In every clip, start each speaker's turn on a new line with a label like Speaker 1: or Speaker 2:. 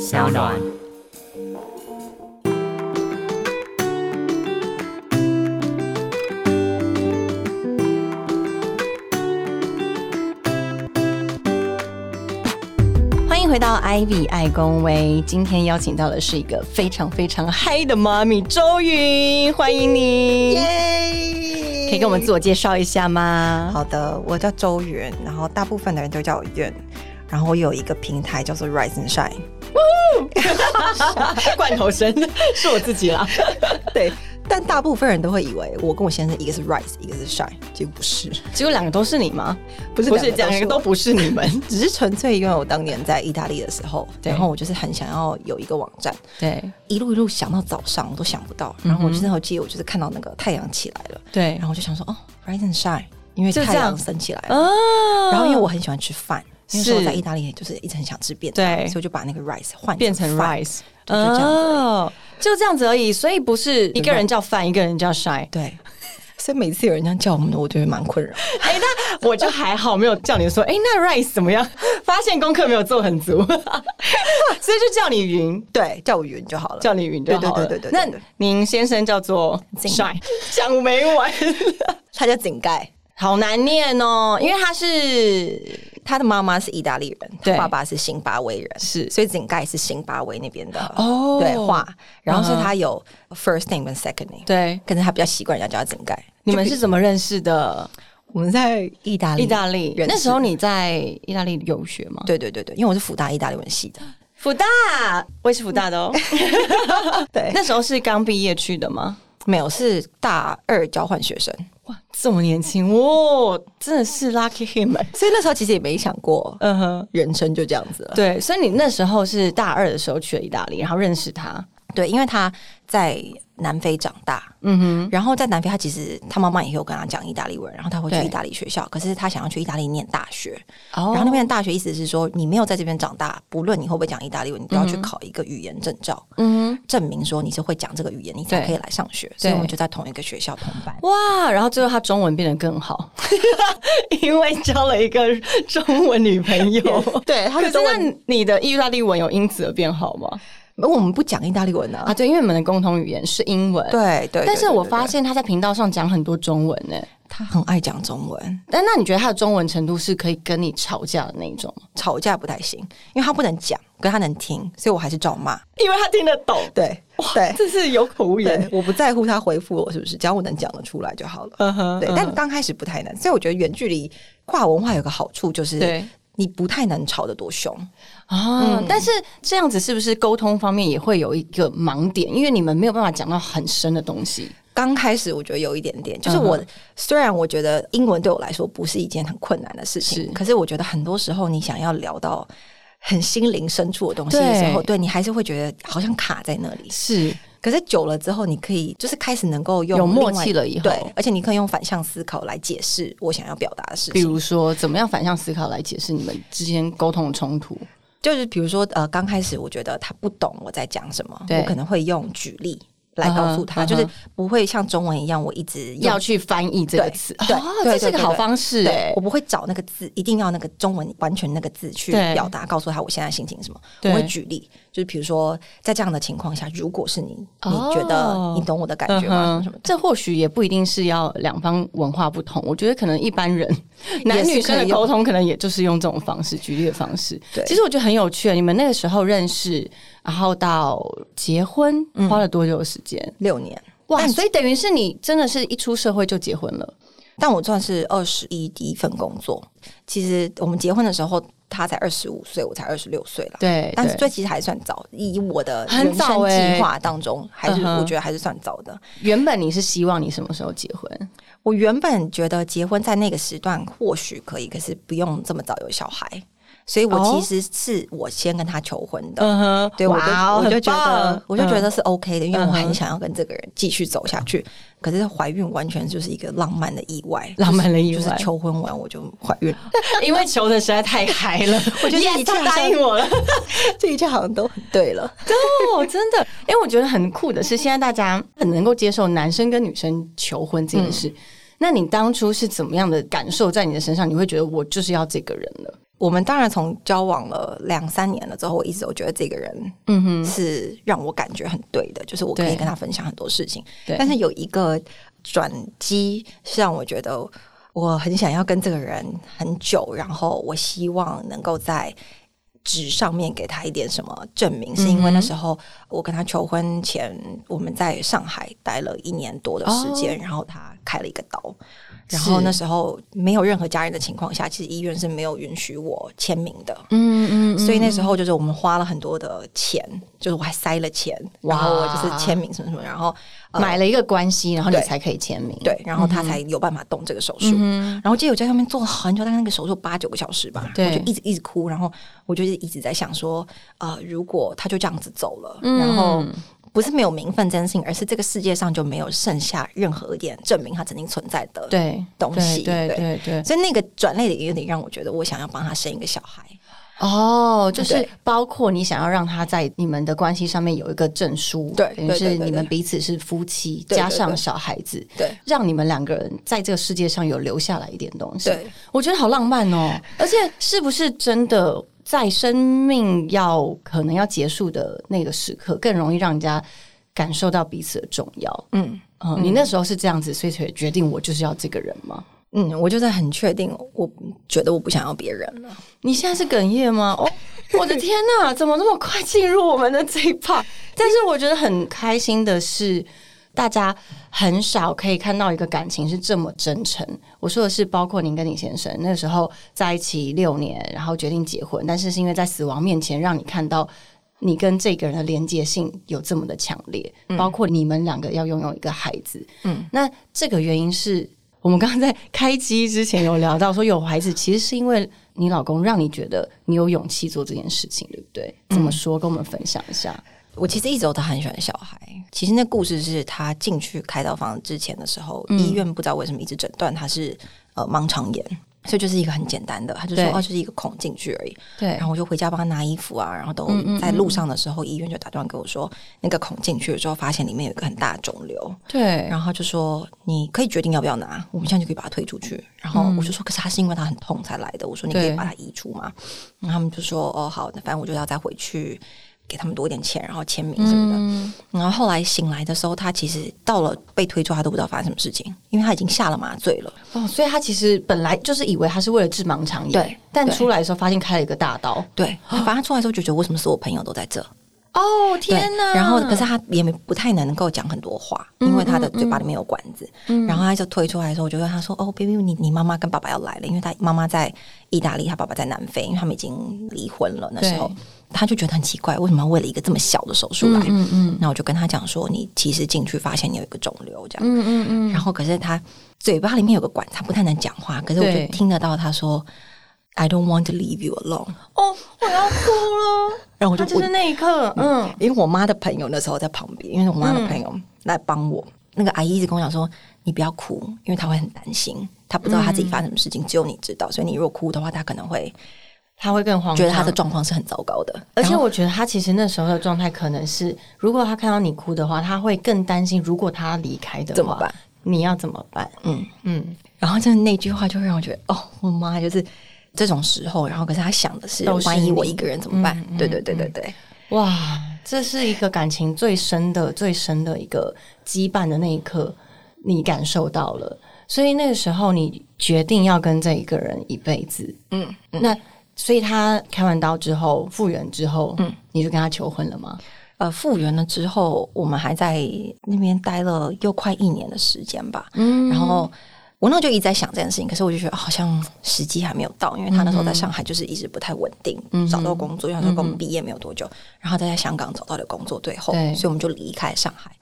Speaker 1: 小暖。
Speaker 2: 欢迎回到 Ivy 爱公微，今天邀请到的是一个非常非常嗨的妈咪周云，欢迎你，
Speaker 3: 耶
Speaker 2: 可以给我们自我介绍一下 吗？
Speaker 3: 好的，我叫周元，然后大部分的人都叫我元，然后我有一个平台叫做 Rise and Shine，
Speaker 2: 罐啊头声是我自己啦，
Speaker 3: 对，但大部分人都会以为我跟我先生一个是 Rise，一个是 Shine，其实不是，
Speaker 2: 结果两个都是你吗？
Speaker 3: 不是
Speaker 2: 不是，
Speaker 3: 两
Speaker 2: 两
Speaker 3: 个
Speaker 2: 个都
Speaker 3: 都
Speaker 2: 不是你 们。
Speaker 3: 只是纯粹因为我当年在意大利的时候，
Speaker 2: 对
Speaker 3: 然后我就是很想要有一个网站，
Speaker 2: 对
Speaker 3: 一路一路想到早上我都想不到，
Speaker 2: 嗯
Speaker 3: 然后我就那会记得我就是看到那个太阳起来了，
Speaker 2: 对
Speaker 3: 然后我就想说哦 Rise and Shine，因为
Speaker 2: 就
Speaker 3: 太
Speaker 2: 这样
Speaker 3: 阳升起来了。
Speaker 2: 啊
Speaker 3: 然后因为我很喜欢吃饭，那时候
Speaker 2: 是
Speaker 3: 在意大利就是一直很想吃便
Speaker 2: 对
Speaker 3: 当，所以我就把那个 rice 换
Speaker 2: 变成
Speaker 3: 饭
Speaker 2: rice，
Speaker 3: 就这样子而已
Speaker 2: 哦，就这样子而已，所以不是一个人叫饭，一个人叫 shy。
Speaker 3: 对， 所以每次有人这样叫我们的，我就会蛮困扰。
Speaker 2: 哎、那我就还好，没有叫你说，哎、那 rice 怎么样？发现功课没有做很足， 所以就叫你云，
Speaker 3: 对，叫我云就好了。
Speaker 2: 叫你云就好了。
Speaker 3: 对对对对对对
Speaker 2: 那您先生叫做 shy，讲没完，
Speaker 3: 他叫井盖，
Speaker 2: 好难念哦，因为他是
Speaker 3: 他的妈妈是意大利人，
Speaker 2: 对
Speaker 3: 他爸爸是辛巴威人，
Speaker 2: 是
Speaker 3: 所以井盖是辛巴威那边的
Speaker 2: 哦嗯
Speaker 3: 对话。然后是他有 first name 跟 second name，，
Speaker 2: 对。
Speaker 3: 可能他比较习惯人家叫他井盖。
Speaker 2: 你们是怎么认识的？
Speaker 3: 我们在意大利，
Speaker 2: 意大利
Speaker 3: 认识
Speaker 2: 那时候你在意大利游学吗？，
Speaker 3: 对对对对，因为我是福大意大利文系的，
Speaker 2: 福大，我也是福大的哦。
Speaker 3: 对
Speaker 2: 那时候是刚毕业去的吗？
Speaker 3: 没有是大二交换学生，
Speaker 2: 哇，这么年轻，哇，真的是 lucky him 欸。
Speaker 3: 所以那时候其实也没想过，呃
Speaker 2: 嗯哼，
Speaker 3: 人生就这样子了。
Speaker 2: 对，所以你那时候是大二的时候去了意大利，然后认识他。
Speaker 3: 对，因为他在南非长大，嗯哼，然后在南非，他其实他妈妈也有跟他讲意大利文，然后他会去
Speaker 2: 对
Speaker 3: 意大利学校，可是他想要去意大利念大学，
Speaker 2: 哦
Speaker 3: 然后那边的大学意思是说，你没有在这边长大，不论你会不会讲意大利文，你都要去考一个语言证照，嗯哼，证明说你是会讲这个语言，你才
Speaker 2: 对
Speaker 3: 可以来上学，所
Speaker 2: 对
Speaker 3: 以我们就在同一个学校同班。
Speaker 2: 哇，然后最后他中文变得更好， 因为交了一个中文女朋 友。
Speaker 3: 对他
Speaker 2: 可
Speaker 3: 的
Speaker 2: 是
Speaker 3: 中文
Speaker 2: 那你的意大利文有因此而变好吗？
Speaker 3: 我们不讲意大利文的、
Speaker 2: 啊，
Speaker 3: 啊，
Speaker 2: 对，因为我们的共同语言是英文。。
Speaker 3: 对对
Speaker 2: 但是我发
Speaker 3: 现
Speaker 2: 现他在频道上讲很多中文呢、
Speaker 3: 他很爱讲中文，
Speaker 2: 但那你觉得他的中文程度是可以跟你吵架的那一种吗？
Speaker 3: 吵架不太行，因为他不能讲，可是他能听，所以我还是照骂。
Speaker 2: 因为他听得懂，
Speaker 3: 对，对，
Speaker 2: 这是有口无
Speaker 3: 对
Speaker 2: 言，。
Speaker 3: 我不在乎他回复我是不是，只要我能讲得出来就好了。
Speaker 2: 嗯哼
Speaker 3: 对
Speaker 2: 嗯，
Speaker 3: 但刚开始不太难，所以我觉得远距离跨文化有个好处就是
Speaker 2: 对，
Speaker 3: 你不太能吵得多凶。嗯
Speaker 2: 啊，但是这样子是不是沟通方面也会有一个盲点？因为你们没有办法讲到很深的东西。
Speaker 3: 刚开始我觉得有一点点，就是
Speaker 2: 嗯哼
Speaker 3: 我、虽然我觉得英文对我来说不是一件很困难的事
Speaker 2: 是
Speaker 3: 情，可是我觉得很多时候你想要聊到很心灵深处的东西的时候，
Speaker 2: 对
Speaker 3: 对你还是会觉得好像卡在那里。
Speaker 2: 是，
Speaker 3: 可是久了之后，你可以就是开始能够用
Speaker 2: 有默
Speaker 3: 另外
Speaker 2: 契了以后
Speaker 3: 对，而且你可以用反向思考来解释我想要表达的事情。
Speaker 2: 比如说怎么样反向思考来解释你们之间沟通的冲突？
Speaker 3: 就是比如说，呃，刚开始我觉得他不懂我在讲什么，
Speaker 2: 对
Speaker 3: 我可能会用举例来告诉他
Speaker 2: 嗯哼
Speaker 3: 就是
Speaker 2: 嗯
Speaker 3: 不会像中文一样，我一直用
Speaker 2: 要去翻译这个词，
Speaker 3: 对
Speaker 2: 哦，
Speaker 3: 对
Speaker 2: 这是个
Speaker 3: 对对
Speaker 2: 好方式哎
Speaker 3: 对，我。不会找那个字，一定要那个中文完全那个字去
Speaker 2: 对
Speaker 3: 表达，告诉他我现在心情什么。我
Speaker 2: 对
Speaker 3: 会举例，就是比如说，在这样的情况下，如果是你，你
Speaker 2: 哦
Speaker 3: 觉得你懂我的感觉吗？什么
Speaker 2: 嗯
Speaker 3: 什么
Speaker 2: 哼，这或许也不一定是要两方文化不同，我觉得可能一般 人男女生的沟通可能也就是用这种方式，举例的方式。
Speaker 3: 对
Speaker 2: 其实我觉得很有趣。你们那个时候认识，然后到结婚
Speaker 3: 嗯
Speaker 2: 花了多久的时间？
Speaker 3: 六年，
Speaker 2: 哇，
Speaker 3: 但
Speaker 2: 所以等于是你真的是一出社会就结婚了，
Speaker 3: 但我算是二十一第一份工作。其实我们结婚的时候，他才二十五岁，我才二十六岁了。
Speaker 2: 对
Speaker 3: 但是
Speaker 2: 对
Speaker 3: 这其实还算早，以我的
Speaker 2: 很
Speaker 3: 人生
Speaker 2: 早欸
Speaker 3: 计划当中，还是
Speaker 2: 嗯哼
Speaker 3: 我觉得还是算早的。
Speaker 2: 原本你是希望你什么时候结婚？
Speaker 3: 我原本觉得结婚在那个时段或许可以，可是不用这么早有小孩，所以我
Speaker 2: 哦
Speaker 3: 其实是我先跟他求婚的。
Speaker 2: 嗯哼
Speaker 3: 对，我就我就觉得，我就觉得是 OK 的，因为我
Speaker 2: 嗯嗯哼
Speaker 3: 很想要跟这个人继续走下去。可是怀孕完全就是一个浪漫的意外，
Speaker 2: 浪漫的意外
Speaker 3: 就是就是求婚完我就怀孕了，
Speaker 2: 因 为求的实在太嗨了， 我
Speaker 3: 觉得你这
Speaker 2: 他
Speaker 3: 样
Speaker 2: 答应我 了。
Speaker 3: 这一切好像都很对了。
Speaker 2: 哦，真的，因为我觉得很酷的是，现在大家很能够接受男生跟女生求婚这件事。那你当初是怎么样的感受在你的身上？你会觉得我就是要这个人了？
Speaker 3: 我们当然从交往了两三年了之后，我一直都觉得这个人，嗯哼，是让我感觉很对的，就是我可以
Speaker 2: 对
Speaker 3: 跟他分享很多事情。
Speaker 2: 对
Speaker 3: 但是有一个转机是让我觉得我很想要跟这个人很久，然后我希望能够在。纸上面给他一点什么证
Speaker 2: 嗯
Speaker 3: 明，是因为那时候我跟他求婚前，我们在上海待了一年多的时间，然后他开了一个刀，然后
Speaker 2: 哦是
Speaker 3: 那时候没有任何家人的情况下，其实医院是没有允许我签名的，
Speaker 2: 嗯嗯，
Speaker 3: 所以那时候就是我们花了很多的钱，就是我还塞了钱，
Speaker 2: 哇
Speaker 3: 然后我就是签名什么什么，然后、呃、
Speaker 2: 买了嗯一个关系，然后你
Speaker 3: 对
Speaker 2: 才可以签名。
Speaker 3: 对，然后他才有办法动这个手术。然后记得我在上面坐了很久，大概那个手术八九个小时吧，
Speaker 2: 嗯对
Speaker 3: 我就一直一直哭，然后我就是一直在想说，呃，如果他就这样子走了，然后。
Speaker 2: 嗯
Speaker 3: 不是没有名分这件事情，而是这个世界上就没有剩下任何一点证明他曾经存在的
Speaker 2: 对，
Speaker 3: 东西
Speaker 2: 对
Speaker 3: 对
Speaker 2: 对对对。
Speaker 3: 所以那个转泪点有点让我觉得，我想要帮他生一个小孩。
Speaker 2: 哦，就是
Speaker 3: 对
Speaker 2: 包括你想要让他在你们的关系上面有一个证书，
Speaker 3: 对
Speaker 2: 等于
Speaker 3: 对
Speaker 2: 是
Speaker 3: 对对
Speaker 2: 你们
Speaker 3: 对
Speaker 2: 彼此是夫妻，
Speaker 3: 对
Speaker 2: 加
Speaker 3: 对
Speaker 2: 上
Speaker 3: 对
Speaker 2: 小孩子，
Speaker 3: 对
Speaker 2: 让你们两个人在这个世界上有留下来一点东西。
Speaker 3: 对，
Speaker 2: 我觉得好浪漫哦！而且是不是真的在生命要可能要结束的那个时刻，更容易让人家感受到彼此的重要？
Speaker 3: 嗯
Speaker 2: 嗯，你那时候是这样子，所以才决定我就是要这个人吗？
Speaker 3: 嗯，我就是很确定，我觉得我不想要别人了。
Speaker 2: 你现在是哽咽吗？哦，我的天 呐，怎么那么快进入我们的这一 part？但是我觉得很开心的是，大家很少可以看到一个感情是这么真诚。我说的是，包括您跟你先生那时候在一起六年，然后决定结婚，但是是因为在死亡面前让你看到。你跟这个人的连接性有这么的强烈，包括你们两个要拥有一个孩子，嗯，那这个原因是我们刚刚在开机之前有聊到说，有孩子其实是因为你老公让你觉得你有勇气做这件事情，对不对？
Speaker 3: 嗯
Speaker 2: 怎么说？跟我们分享一下。
Speaker 3: 我其实一直都很喜欢小孩。其实那故事是他进去开刀房之前的时候，
Speaker 2: 嗯
Speaker 3: 医院不知道为什么一直诊断他是呃盲肠炎，所以就是一个很简单的，他就说
Speaker 2: 对
Speaker 3: 哦，就是一个孔进去而已。
Speaker 2: 对嗯
Speaker 3: 然后我就回家帮他拿衣服啊，然后都在路上的时候，医院就打电话给我说，那个孔进去了之后，发现里面有一个很大的肿瘤。
Speaker 2: 对，
Speaker 3: 然后他就说你可以决定要不要拿，我们现在就可以把它推出去。然后我就说，可是他是因为他很痛才来的，我说你可以
Speaker 2: 对
Speaker 3: 把它移除嘛。然后他们就说哦好，那反正我就要再回去给他们多一点钱，然后签名什么的。
Speaker 2: 嗯
Speaker 3: 然后后来醒来的时候，他其实到了被推出，他都不知道发生什么事情，因为他已经下了麻醉了。
Speaker 2: 哦，所以他其实本来就是以为他是为了治盲肠炎，
Speaker 3: 对
Speaker 2: 但
Speaker 3: 对
Speaker 2: 出来的时候发现开了一个大刀。
Speaker 3: 对，反正他出来之后就觉得为什么所有朋友都在这？
Speaker 2: 哦，
Speaker 3: 对
Speaker 2: 天哪！嗯
Speaker 3: 然后可是他也没不太能够讲很多话，因为他的嘴巴里面有管子。然后他就推出来的时候，我就跟他说：“哦，baby，你你妈妈跟爸爸要来了，因为他妈妈在意大利，他爸爸在南非，因为他们已经离婚了。那时候
Speaker 2: 对
Speaker 3: 他就觉得很奇怪，为什么要为了一个这么小的手术来？嗯嗯。那我就跟他讲说：你其实进去发现你有一个肿瘤，这样。嗯嗯嗯。然后可是他嘴巴里面有个管，他不太能讲话，可是我就
Speaker 2: 对
Speaker 3: 听得到他说：I don't want to leave you alone。
Speaker 2: 哦，我要哭了。
Speaker 3: 然后我
Speaker 2: 他
Speaker 3: 就
Speaker 2: 就是那一刻，嗯，
Speaker 3: 因为我妈的朋友那时候在旁边，因为我妈的朋友来帮我，那个阿姨一直跟我讲说：“你不要哭，因为她会很担心，她不知道她自己发生什么事情，只有你知道。所以你如果哭的话，她可能会
Speaker 2: 他会更慌
Speaker 3: 觉
Speaker 2: 张，
Speaker 3: 得她的状况是很糟糕的。
Speaker 2: 而
Speaker 3: 然
Speaker 2: 且
Speaker 3: 后
Speaker 2: 我觉得他其实那时候的状态可能是，如果他看到你哭的话，他会更担心，如果他离开的话
Speaker 3: 怎么办？
Speaker 2: 你要怎么办？嗯嗯，
Speaker 3: 然后真的那句话就会让我觉得，哦，我妈就是这种时候，然后可是她想的是，
Speaker 2: 都是
Speaker 3: 万一
Speaker 2: 你
Speaker 3: 我一个人怎么办？对对对对对。
Speaker 2: 哇，这是一个感情最深的、最深的一个羁绊的那一刻，你感受到了，所以那个时候你决定要跟这一个人一辈子。嗯，那所以他开完刀之后复原之后，嗯，你就跟他求婚了吗？
Speaker 3: 呃，复原了之后，我们还在那边待了又快一年的时间吧。嗯，然后我那时候就一直在想这件事情，可是我就觉得哦好像时机还没有到，因为他那时候
Speaker 2: 嗯
Speaker 3: 在上海就是一直不太稳定，找到工作，因为那时候刚毕业没有多久，然后他在香港找到了工作，最后，
Speaker 2: 对
Speaker 3: 所以我们就离开上海。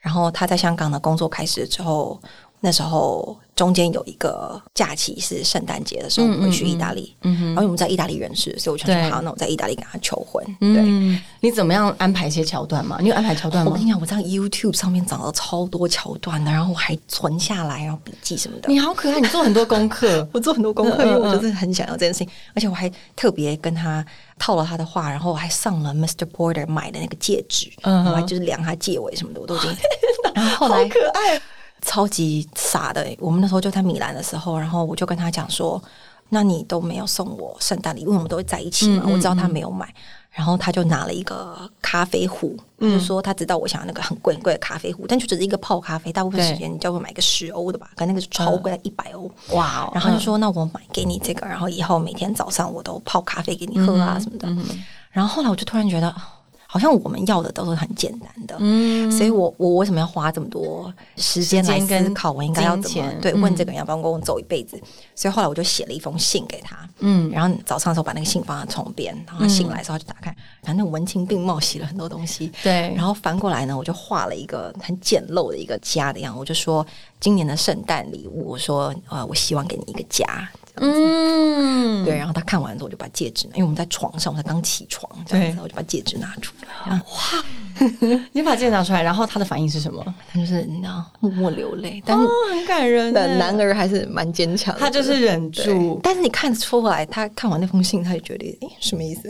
Speaker 3: 然后他在香港的工作开始之后，那时候中间有一个假期是圣诞节的时候，我
Speaker 2: 嗯
Speaker 3: 们回去意大利，然后我们在意大利认识，所以我就
Speaker 2: 对
Speaker 3: 想好，那我在意大利跟他求婚，对。
Speaker 2: 嗯，你怎么样安排一些桥段吗？你有安排桥段
Speaker 3: 我
Speaker 2: 吗
Speaker 3: 跟？你讲，我在 YouTube 上面找到超多桥段的，然后我还存下来，然后笔记什么的。。
Speaker 2: 你好可爱，你做很多功课
Speaker 3: 我做很多功课，因为
Speaker 2: 嗯
Speaker 3: 我
Speaker 2: 嗯
Speaker 3: 就是很想要这件事情，而且我还特别跟他套了他的话，然后我还上了 Mr. Porter 买的那个戒指，
Speaker 2: 嗯哼
Speaker 3: 我还就是量他戒围什么的，我都已经。 然后后来
Speaker 2: 可爱，
Speaker 3: 超级傻的、我们那时候就在米兰的时候，然后我就跟他讲说，那你都没有送我圣诞礼物，因为我们都会在一起嘛，我知道他没有买。然后他就拿了一个咖啡壶，他就说他知道我想要那个很贵很贵的咖啡壶，但就只是一个泡咖啡，大部分时间你叫我买个十欧的吧，可能那个是超贵，一百欧。
Speaker 2: 哇哦
Speaker 3: 然后他就说：“那我买给你这个，然后以后每天早上我都泡咖啡给你喝
Speaker 2: 嗯
Speaker 3: 啊什么的。然后后来我就突然觉得，哦好像我们要的都是很简单的，所以我我为什么要花这么多时间来
Speaker 2: 嗯时间
Speaker 3: 思
Speaker 2: 跟
Speaker 3: 考我应该要怎
Speaker 2: 金
Speaker 3: 么
Speaker 2: 钱嗯
Speaker 3: 对问这个人要不要跟我走一辈子？所以后来我就写了一封信给他，嗯，然后早上的时候把那个信放在床边，然后他醒来的时候他就打开，反正文情并茂，写了很多东西，
Speaker 2: 对
Speaker 3: 然后翻过来呢，我就画了一个很简陋的一个家的样子，我就说今年的圣诞礼物，我说呃，我希望给你一个家。
Speaker 2: 嗯，
Speaker 3: 对，然后他看完之后，我就把戒指拿，因为我们在床上，我才刚起床，这样子，我就把戒指拿出来，啊然后
Speaker 2: 你把剑拿出来，然后他的反应是什么？
Speaker 3: 他就是你知道默默流泪，但是、
Speaker 2: 哦，很感人耶，
Speaker 3: 但男儿还是蛮坚强的，
Speaker 2: 他就是忍
Speaker 3: 对
Speaker 2: 住，
Speaker 3: 但是你看出来，他看完那封信，他就觉得，哎，什么 意思？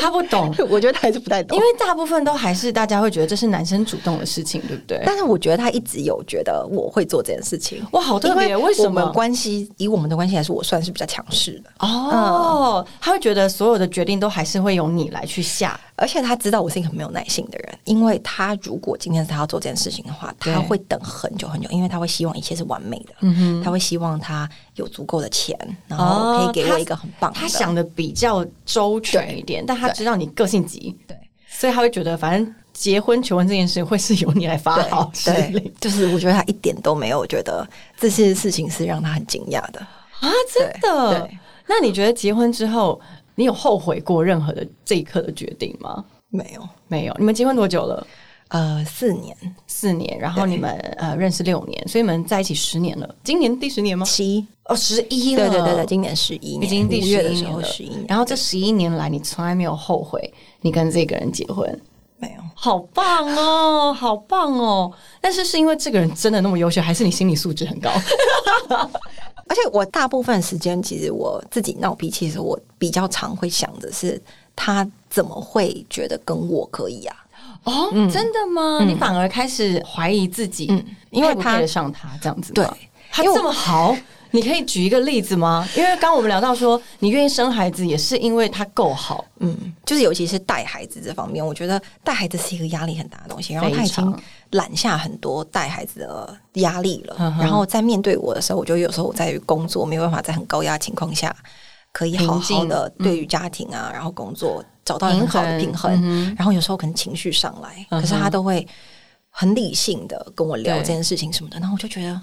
Speaker 2: 他不懂，
Speaker 3: 我觉得他还是不太懂，
Speaker 2: 因为大部分都还是大家会觉得这是男生主动的事情，对不对？
Speaker 3: 但是我觉得他一直有觉得我会做这件事情，
Speaker 2: 哇，好特别，
Speaker 3: 因
Speaker 2: 为什
Speaker 3: 我们
Speaker 2: 么？
Speaker 3: 关系以我们的关系来说，我算是比较强势的，
Speaker 2: 哦，他会觉得所有的决定都还是会由你来去下，
Speaker 3: 而且他知道我是一个很没有耐性的人，因为他如果今天是他要做这件事情的话，
Speaker 2: 对
Speaker 3: 他会等很久很久，因为他会希望一切是完美的，嗯、他会希望他有足够的钱，然后可以给我一个很棒的。
Speaker 2: 哦啊他想的比较周全一点，但他知道你个性急，
Speaker 3: 对
Speaker 2: 所以他会觉得反正结婚求婚这件事会是由你来发
Speaker 3: 对
Speaker 2: 啊好之类
Speaker 3: 对，就是我觉得他一点都没有觉得这些事情是让他很惊讶的。
Speaker 2: 啊，真的
Speaker 3: 对。
Speaker 2: 那你觉得结婚之后，你有后悔过任何的这一刻的决定吗？
Speaker 3: 没有，
Speaker 2: 没有。你们结婚多久了？
Speaker 3: 呃，四年
Speaker 2: 四年，然后你们呃认识六年，所以你们在一起十年了。今年第十年吗？
Speaker 3: 十一，
Speaker 2: 哦，十一
Speaker 3: 对对对对，，今年十一年，
Speaker 2: 已经第
Speaker 3: 五
Speaker 2: 十
Speaker 3: 月的
Speaker 2: 一
Speaker 3: 时
Speaker 2: 年
Speaker 3: 候
Speaker 2: 了。
Speaker 3: 十一年，
Speaker 2: 然后这十一年来，你从来没有后悔你跟这个人结婚，
Speaker 3: 没有。
Speaker 2: 好棒哦，好棒哦！但是是因为这个人真的那么优秀，还是你心理素质很高？
Speaker 3: 而且我大部分时间，其实我自己闹脾气的时候，我比较常会想着是他怎么会觉得跟我可以啊？
Speaker 2: 哦，真的吗？你反而开始怀疑自己，
Speaker 3: 因为
Speaker 2: 配不
Speaker 3: 他
Speaker 2: 配得上嗯他这样子吗，
Speaker 3: 对
Speaker 2: 他
Speaker 3: 因为我
Speaker 2: 这么好。 你可以举一个例子吗？因为刚我们聊到说，你愿意生孩子也是因为他够好，
Speaker 3: 嗯，就是尤其是带孩子这方面，我觉得带孩子是一个压力很大的东西。然后他已
Speaker 2: 非常
Speaker 3: 经揽下很多带孩子的压力了。
Speaker 2: 嗯哼
Speaker 3: 然后在面对我的时候，我觉得有时候我在于工作没有办法在很高压情况下，可以好好的对于家庭啊，然后工作找到很好的平
Speaker 2: 平
Speaker 3: 衡
Speaker 2: 衡。嗯
Speaker 3: 然后有时候可能情绪上来，
Speaker 2: 嗯哼
Speaker 3: 可是他都会很理性的跟我聊
Speaker 2: 对哦
Speaker 3: 这件事情什么的。然后我就觉得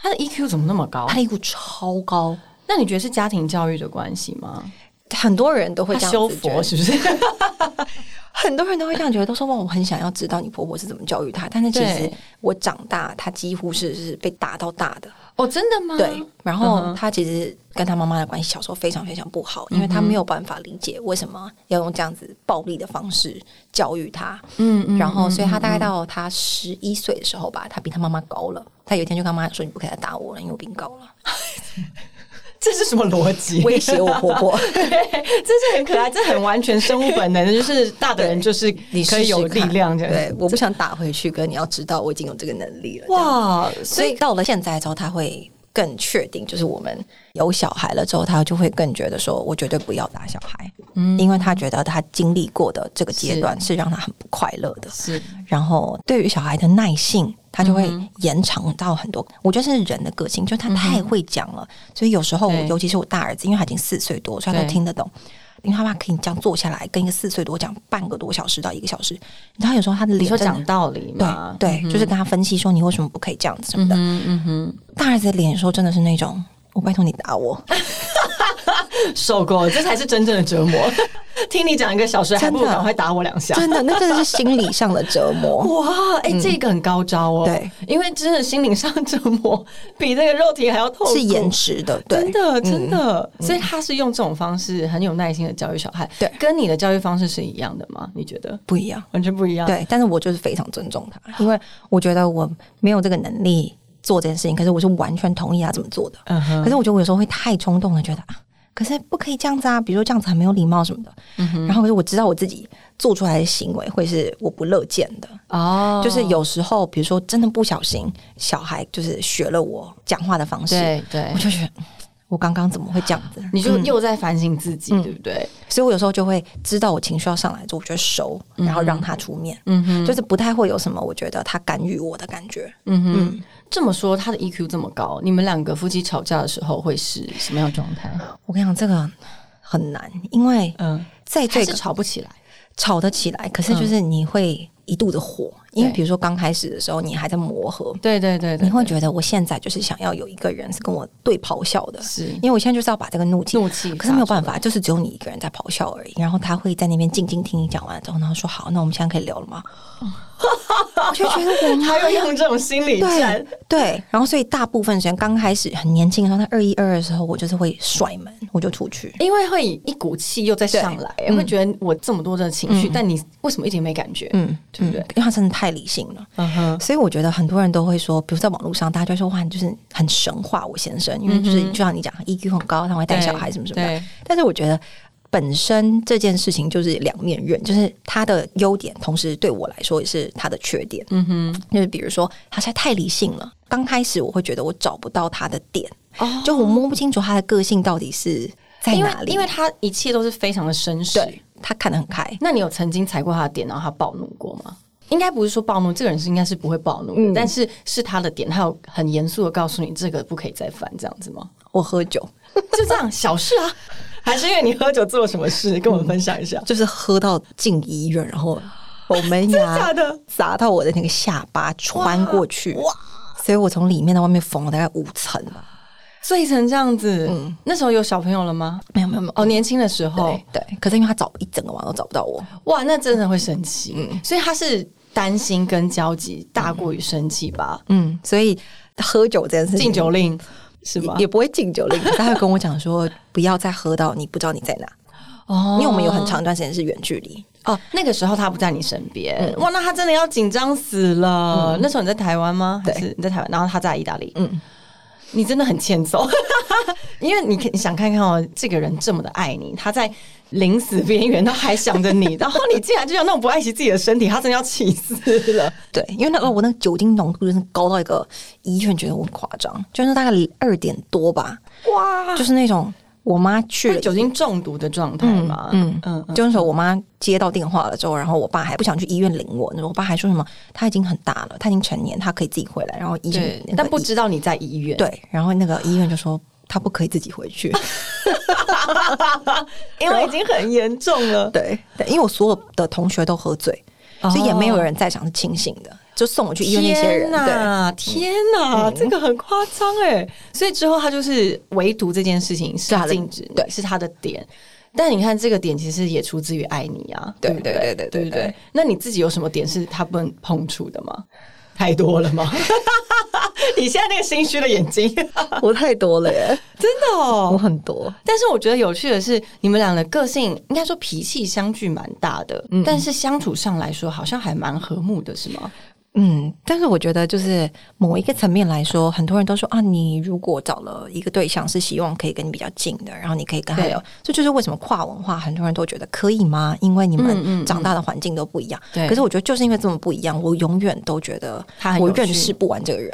Speaker 2: 他的 EQ 怎么那么高
Speaker 3: 他？的一股超高。
Speaker 2: 那你觉得是家庭教育的关系吗？
Speaker 3: 很多人都会
Speaker 2: 他
Speaker 3: 这样
Speaker 2: 修
Speaker 3: 子觉得
Speaker 2: 佛是 不是？
Speaker 3: 很多人都会这样觉得，都说哇，我很想要知道你婆婆是怎么教育她。但是其实
Speaker 2: 对
Speaker 3: 我长大，她几乎是是被打到大的，
Speaker 2: 哦，真的吗？
Speaker 3: 对。然
Speaker 2: 嗯
Speaker 3: 后
Speaker 2: 哼嗯
Speaker 3: 她其实跟她妈妈的关系小时候非常非常不好，因为她没有办法理解为什么要用这样子暴力的方式教育她。
Speaker 2: 嗯嗯
Speaker 3: 然后，所以她大概到她十一岁的时候吧，她比她妈妈高了。她有一天就跟她妈说：“你不可以再打我了，因为我比你高 了。
Speaker 2: 这是什么逻辑”？
Speaker 3: 威胁我婆 婆。
Speaker 2: 这是很可爱，这很完全生物本能， 就是大的人就是
Speaker 3: 你试
Speaker 2: 可以有
Speaker 3: 试
Speaker 2: 力
Speaker 3: 看
Speaker 2: 量这样。
Speaker 3: 对，我不想打回去，可是你要知道，我已经有这个能力了。这样
Speaker 2: 哇，
Speaker 3: 所
Speaker 2: 所以
Speaker 3: 以到了现在之后，他会更确定，就是我们有小孩了之后，他就会更觉得说，我绝对不要打小孩，嗯，因为他觉得他经历过的这个阶段是让他很不快乐的，
Speaker 2: 是
Speaker 3: 然后对于小孩的耐性，他就
Speaker 2: 嗯
Speaker 3: 会延长到很多。我觉得是人的个性，就是他太会讲了，所以有时候我，
Speaker 2: 对
Speaker 3: 尤其是我大儿子，因为他已经四岁多，所以他都
Speaker 2: 对
Speaker 3: 听得懂。因为他爸可以这样坐下来跟一个四岁多讲半个多小时到一个小时，然后有时候他的
Speaker 2: 你
Speaker 3: 脸
Speaker 2: 说
Speaker 3: 真的
Speaker 2: 讲道理嗯嘛？
Speaker 3: 对对，就是跟他分析说你为什么不可以这样子什么的。
Speaker 2: 嗯嗯哼。
Speaker 3: 大儿子的脸说真的是那种，我拜托你打我，
Speaker 2: 受够了，这才是真正的折 磨。听你讲一个小时，还不如
Speaker 3: 真的
Speaker 2: 赶快打我两下。
Speaker 3: 真的，那真的是心理上的折 磨。
Speaker 2: 哇，哎、这个很高招哦。
Speaker 3: 对，
Speaker 2: 因为真的心灵上折磨比那个肉体还要痛苦。
Speaker 3: 是延迟的，对，嗯
Speaker 2: 真的，真的，所以他是用这种方式很有耐心的教育小孩，
Speaker 3: 对
Speaker 2: 跟你的教育方式是一样的吗？你觉得
Speaker 3: 不一样。
Speaker 2: 完全不一样？，
Speaker 3: 对，但是我就是非常尊重他，因为我觉得我没有这个能力做这件事情，可是我是完全同意他这么做的。
Speaker 2: 嗯哼
Speaker 3: 可是我觉得我有时候会太冲动了，觉得啊，可是不可以这样子啊，比如说这样子很没有礼貌什么的。然后可是我知道我自己做出来的行为会是我不乐见的，
Speaker 2: 哦，
Speaker 3: 就是有时候比如说真的不小心，小孩就是学了我讲话的方式，
Speaker 2: 对对
Speaker 3: 我，就觉得嗯我刚刚怎么会这样子？
Speaker 2: 你就又在反省自
Speaker 3: 嗯
Speaker 2: 己，对不对？
Speaker 3: 所以我有时候就会知道我情绪要上来之后，我就会收，然后让他出面，
Speaker 2: 嗯哼，
Speaker 3: 就是不太会有什么我觉得他干预我的感觉。
Speaker 2: 嗯哼。这么说，他的 EQ 这么高，你们两个夫妻吵架的时候会是什么样的状态？
Speaker 3: 我跟你讲，这个很难，因为
Speaker 2: 嗯，
Speaker 3: 在
Speaker 2: 还
Speaker 3: 这
Speaker 2: 是
Speaker 3: 个
Speaker 2: 吵不起来。
Speaker 3: 吵得起来，可是就是你会一肚子火，因为比如说刚开始的时候，你还在磨合，
Speaker 2: 对对对
Speaker 3: 你会觉得我现在就是想要有一个人是跟我对咆哮的，
Speaker 2: 是
Speaker 3: 因为我现在就是要把这个怒气。
Speaker 2: 怒气，
Speaker 3: 可是没有办法，就是只有你一个人在咆哮而已。然后他会在那边静静听你讲完之后，然后说：“好，那我们现在可以聊了 吗？”我就觉得我妈
Speaker 2: 他又用这种心理战
Speaker 3: 对。对，然后所以大部分时间刚开始很年轻的时候，他二一二的时候，我就是会甩门，我就出去。
Speaker 2: 因为会一股气又再上来，会觉得我这么多的情绪，但你为什么一直没感觉？
Speaker 3: 嗯，
Speaker 2: 对不对
Speaker 3: 嗯因为他真的太理性了。
Speaker 2: 嗯哼，
Speaker 3: 所以我觉得很多人都会说，比如在网络上，大家就会说哇，你就是很神话我先生，因为就是就像你讲，EQ 很高，他会带小孩什么什么的
Speaker 2: 嗯对。
Speaker 3: 但是我觉得本身这件事情就是两面刃，就是他的优点，同时对我来说也是他的缺点。
Speaker 2: 嗯哼，
Speaker 3: 就是比如说，他实在太理性了，刚开始我会觉得我找不到他的点，
Speaker 2: 哦
Speaker 3: 就我摸不清楚他的个性到底是在
Speaker 2: 因为
Speaker 3: 哪里，
Speaker 2: 因为他一切都是非常的绅士。
Speaker 3: 对他看得很开。
Speaker 2: 那你有曾经踩过他的点，然后他暴怒过吗？应该不是说暴怒，这个人是应该是不会暴怒的，但是是他的点，他有很严肃的告诉你这个不可以再犯，这样子吗？
Speaker 3: 我喝酒
Speaker 2: 就这样小事啊， 还是因为你喝酒做了什么事，跟我们分享一下？
Speaker 3: 就是喝到进医院，然后我门牙
Speaker 2: 假的
Speaker 3: 砸到我的那个下巴穿过去，哇！所以我从里面到外面缝了大概五层吧。
Speaker 2: 醉成这样子，那时候有小朋友了吗？
Speaker 3: 嗯没有没有没有，
Speaker 2: 哦，年轻的时候
Speaker 3: 对，对。可是因为他找一整个晚都找不到我，
Speaker 2: 哇，那真的会生气，
Speaker 3: 嗯
Speaker 2: 所以他是担心跟焦急大过于生气吧？
Speaker 3: 嗯，所以喝酒这件事情，
Speaker 2: 禁酒令是吗
Speaker 3: 嗯也？也不会禁酒令，可是他会跟我讲说不要再喝到你不知道你在哪，
Speaker 2: 哦
Speaker 3: 因为我们有很长一段时间是远距离，
Speaker 2: 哦，那个时候他不在你身边，
Speaker 3: 嗯
Speaker 2: 哇，那他真的要紧张死了。那时候你在台湾吗？还是你在台湾？然后他在意大利，嗯
Speaker 3: 嗯，
Speaker 2: 你真的很欠揍， 因为你可你想看看哦，这个人这么的爱你，他在临死边缘都还想着 你，然后你竟然就像那种不爱惜自己的身体，他真的要气死了。
Speaker 3: 对，因为那个我那个酒精浓度真是高到一个医院觉得我很夸张，就是大概二点多吧，
Speaker 2: 哇，
Speaker 3: 就是那种我妈去
Speaker 2: 是
Speaker 3: 了
Speaker 2: 酒精中毒的状态吗？嗯
Speaker 3: 嗯
Speaker 2: 嗯嗯，
Speaker 3: 就那时候我妈接到电话了之后，然后我爸还不想去医院领我，那我爸还说什么他已经很大了，他已经成年，他可以自己回来。然后医生
Speaker 2: 对
Speaker 3: 那，个
Speaker 2: 但不
Speaker 3: 医
Speaker 2: 知道你在医 院，
Speaker 3: 对，然后那个医院就说他不可以自己回 去。
Speaker 2: 因为已经很严重了。
Speaker 3: 对对，因为我所有的同学都喝醉，
Speaker 2: 哦
Speaker 3: 所以也没有人在场是清醒的，就送我去医院那些人。对，嗯
Speaker 2: 呐，天呐，这个很夸张哎！所以之后他就是唯独这件事情是
Speaker 3: 他的
Speaker 2: 禁止你，
Speaker 3: 对
Speaker 2: 是他的点。但你看这个点其实也出自于爱你啊，
Speaker 3: 对
Speaker 2: 不对
Speaker 3: 对
Speaker 2: 对
Speaker 3: 对对
Speaker 2: 不
Speaker 3: 对对
Speaker 2: 那你自己有什么点是他不能碰触的 吗？ 太多了吗？你现在那个心虚的眼 睛，真
Speaker 3: 我太多了耶，
Speaker 2: 的哦，
Speaker 3: 我很多。
Speaker 2: 但是我觉得有趣的是，你们俩的个性应该说脾气相距蛮大的，
Speaker 3: 嗯
Speaker 2: 但是相处上来说好像还蛮和睦的，是吗？
Speaker 3: 嗯，但是我觉得就是某一个层面来说，很多人都说啊，你如果找了一个对象是希望可以跟你比较近的，然后你可以跟他
Speaker 2: 对
Speaker 3: 聊，这就是为什么跨文化很多人都觉得可以吗？因为你
Speaker 2: 嗯嗯
Speaker 3: 们长大的环境都不一样。
Speaker 2: 对
Speaker 3: 可是我觉得就是因为这么不一样，我永远都觉得
Speaker 2: 他很有
Speaker 3: 我
Speaker 2: 趣
Speaker 3: 认识不完这个人。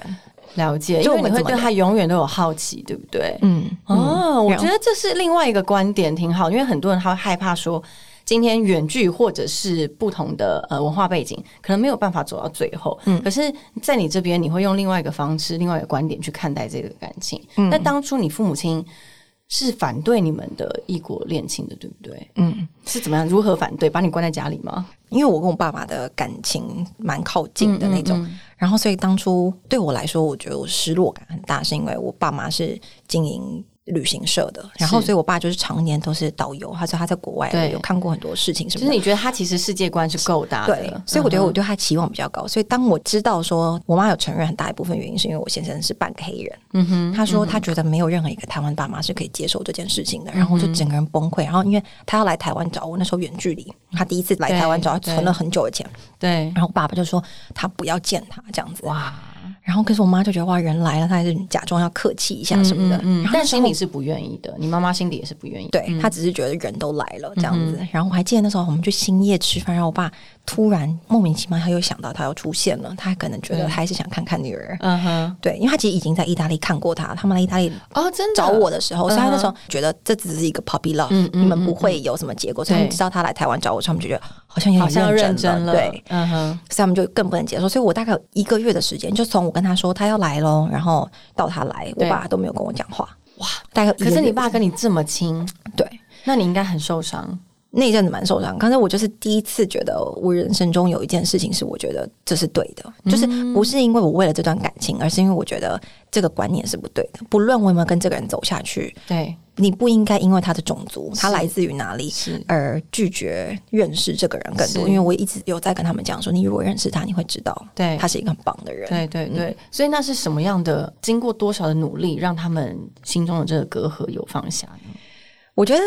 Speaker 2: 了解，因
Speaker 3: 就
Speaker 2: 为
Speaker 3: 我
Speaker 2: 你
Speaker 3: 们
Speaker 2: 会
Speaker 3: 怎么
Speaker 2: 对他永远都有好奇，对不对？
Speaker 3: 嗯，
Speaker 2: 哦，我
Speaker 3: 然
Speaker 2: 觉
Speaker 3: 后
Speaker 2: 得这是另外一个观点，挺好，因为很多人他会害怕说，今天远距或者是不同的呃文化背景，可能没有办法走到最后。嗯，可是，在你这边，你会用另外一个方式、另外一个观点去看待这个感情。
Speaker 3: 嗯
Speaker 2: 那当初你父母亲是反对你们的异国恋情的，对不对？
Speaker 3: 嗯，
Speaker 2: 是怎么样？如何反对？把你关在家里吗？
Speaker 3: 因为我跟我爸爸的感情蛮靠近的那
Speaker 2: 嗯
Speaker 3: 种，然后所以当初对我来说，我觉得我失落感很大，是因为我爸妈是经营旅行社的，然后所以我爸就是常年都是导游，他说他在国外
Speaker 2: 对
Speaker 3: 有看过很多事情什
Speaker 2: 就
Speaker 3: 么
Speaker 2: 是
Speaker 3: 的。
Speaker 2: 你嗯觉得他其实世界观是够大的，
Speaker 3: 对，所以我觉得我对他期望比较高。所以当我知道说我妈有承认很大一部分原因是因为我先生是半个黑人，
Speaker 2: 嗯哼，
Speaker 3: 他说他觉得没有任何一个台湾爸妈是可以接受这件事情的，然后我就整个人崩溃。然后因为他要来台湾找我，那时候远距离，他第一次来台湾找，他
Speaker 2: 对对
Speaker 3: 存了很久的钱，
Speaker 2: 对，嗯
Speaker 3: 然后我爸爸就说他不要见他这样子。
Speaker 2: 哇，
Speaker 3: 然后可是我妈就觉得哇，人来了，她还是假装要客气一下什么的。然后
Speaker 2: 但
Speaker 3: 那时
Speaker 2: 心
Speaker 3: 候
Speaker 2: 里是不愿意的，你妈妈心里也是不愿意。
Speaker 3: 对、他只是觉得人都来了这样
Speaker 2: 嗯
Speaker 3: 子。然后我还记得那时候我们去兴业吃饭，然后我爸突然莫名其妙他又想到他要出现了，他可能觉得他还是想看看女儿。
Speaker 2: 嗯哼，
Speaker 3: 对，因为他其实已经在意大利看过他，他们来意大利
Speaker 2: 哦，真的啊
Speaker 3: 找我的时候，所以他那时候觉得这只是一个 puppy love，、
Speaker 2: 嗯嗯
Speaker 3: 你们不会有什么结果。所以他们
Speaker 2: 对
Speaker 3: 知道他来台湾找我，他们就觉得好像有
Speaker 2: 好像
Speaker 3: 点
Speaker 2: 要认
Speaker 3: 真
Speaker 2: 真了，
Speaker 3: 对，，
Speaker 2: 嗯哼，
Speaker 3: 所以他们就更不能接受。所以我大概有一个月的时间，就从我跟他说他要来喽，然后到他来，我
Speaker 2: 对
Speaker 3: 爸都没有跟我讲话。哇，大概有一个
Speaker 2: 可是你
Speaker 3: 月
Speaker 2: 爸跟你这么亲，
Speaker 3: 对。
Speaker 2: 那你应该很受伤。
Speaker 3: 那一阵子蛮受伤，刚才我就是第一次觉得我人生中有一件事情是我觉得这是对的，就是
Speaker 2: 嗯
Speaker 3: 不是因为我为了这段感情，而是因为我觉得这个观念是不对的。不论我有没有跟这个人走下去，
Speaker 2: 对，
Speaker 3: 你不应该因为他的种族，他
Speaker 2: 是
Speaker 3: 来自于哪里，
Speaker 2: 是
Speaker 3: 而拒绝认识这个人更多。
Speaker 2: 是
Speaker 3: 因为我一直有在跟他们讲说，你如果认识他，你会知道
Speaker 2: 对
Speaker 3: 他是一个很棒的人。
Speaker 2: 对对对，所以那是什么样的？经过多少的努力，让他们心中的这个隔阂有放下呢？
Speaker 3: 我觉得。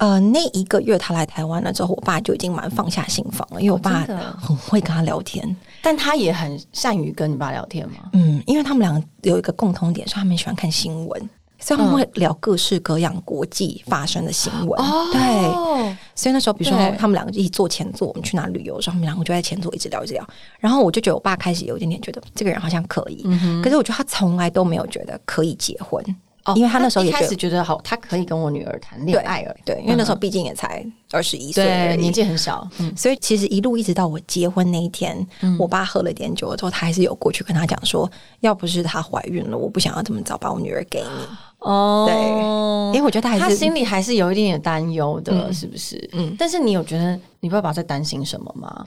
Speaker 3: 呃，那一个月他来台湾了之后，我爸就已经蛮放下心房了，因为我爸
Speaker 2: 哦真的啊
Speaker 3: 很会跟他聊天。
Speaker 2: 但他也很善于跟你爸聊天嘛。
Speaker 3: 嗯，因为他们两个有一个共同点，是他们喜欢看新闻，所以他们会聊各式各样国际发生的新闻。对，
Speaker 2: 对，
Speaker 3: 所以那时候比如说
Speaker 2: 哦对
Speaker 3: 他们两个一起坐前座，我们去哪旅游的时候，他们两个就在前座一直聊一直聊。然后我就觉得我爸开始有一点点觉得这个人好像可以，
Speaker 2: 嗯
Speaker 3: 可是我觉得他从来都没有觉得可以结婚，因为他那时候
Speaker 2: 哦一
Speaker 3: 也觉
Speaker 2: 开始
Speaker 3: 得。
Speaker 2: 觉得好，他可以跟我女儿谈恋爱而已。
Speaker 3: 对，因为那时候
Speaker 2: 嗯
Speaker 3: 毕竟也才二十一岁而
Speaker 2: 对
Speaker 3: 已，
Speaker 2: 年纪很小，嗯，
Speaker 3: 所以其实一路一直到我结婚那一天，我爸喝了点酒了之后，他还是有过去跟他讲说，要不是她怀孕了，我不想要这么早把我女儿给你，
Speaker 2: 哦
Speaker 3: 因为我觉得他还
Speaker 2: 他
Speaker 3: 是
Speaker 2: 心里还是有一点点担忧的，是不是？嗯，但是你有觉得你爸爸在担心什么吗？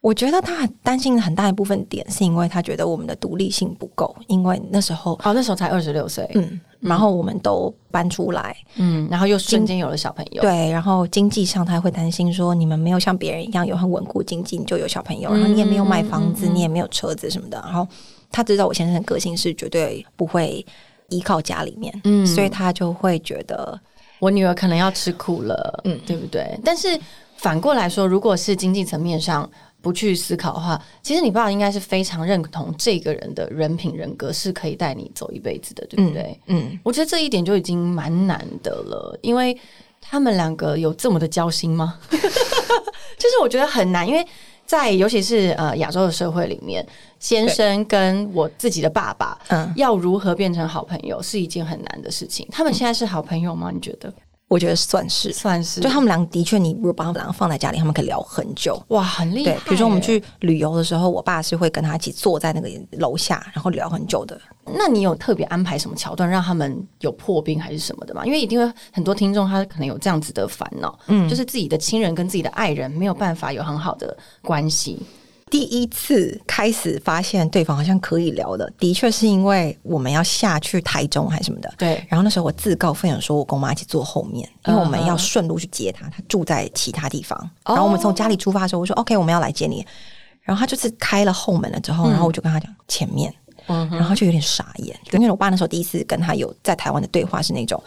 Speaker 3: 我觉得他很担心的很大一部分点是因为他觉得我们的独立性不够，因为那时候
Speaker 2: 哦，那时候才二十六岁，
Speaker 3: 嗯，然后我们都搬出来，
Speaker 2: 嗯，然后又瞬间有了小朋友，
Speaker 3: 对，然后经济上他会担心说，你们没有像别人一样有很稳固经济，你就有小朋友，然后你也没有买房子，你也没有车子什么的。然后他知道我先生的个性是绝对不会依靠家里面，嗯，所以他就会觉得，
Speaker 2: 我女儿可能要吃苦了，嗯，对不对？但是反过来说，如果是经济层面上不去思考的话，其实你爸爸应该是非常认同这个人的人品人格是可以带你走一辈子的，对不对？
Speaker 3: 嗯，
Speaker 2: 我觉得这一点就已经蛮难的了，因为他们两个有这么的交心吗？ 就是我觉得很难，因为在尤其是呃亚洲的社会里面，先生跟我自己的爸爸，
Speaker 3: 嗯
Speaker 2: 要如何变成好朋友是一件很难的事情。他们现在是好朋友吗？你觉得？
Speaker 3: 我觉得算是，
Speaker 2: 算是，
Speaker 3: 就他们俩的确，你如果把他们俩放在家里，他们可以聊很久。
Speaker 2: 哇，很厉害
Speaker 3: 对
Speaker 2: 耶。，
Speaker 3: 比如说我们去旅游的时候，我爸是会跟他一起坐在那个楼下，然后聊很久的。
Speaker 2: 那你有特别安排什么桥段让他们有破冰还是什么的吗？因为一定会很多听众他可能有这样子的烦恼，嗯，就是自己的亲人跟自己的爱人没有办法有很好的关系，
Speaker 3: 第一次开始发现对方好像可以聊的，的确是因为我们要下去台中还是什么的。
Speaker 2: 对嗯
Speaker 3: 然后那时候我自告奋勇说，我跟我妈一起坐后面，因为我们要顺路去接她，她住在其他地方。然后我们从家里出发的时候，我说 OK，我们要来接你。然后她就是开了后门了之
Speaker 2: 嗯
Speaker 3: 后，然后我就跟她讲前面，然后她就有点傻眼，因为我爸那时候第一次跟她有在台湾的对话是那种。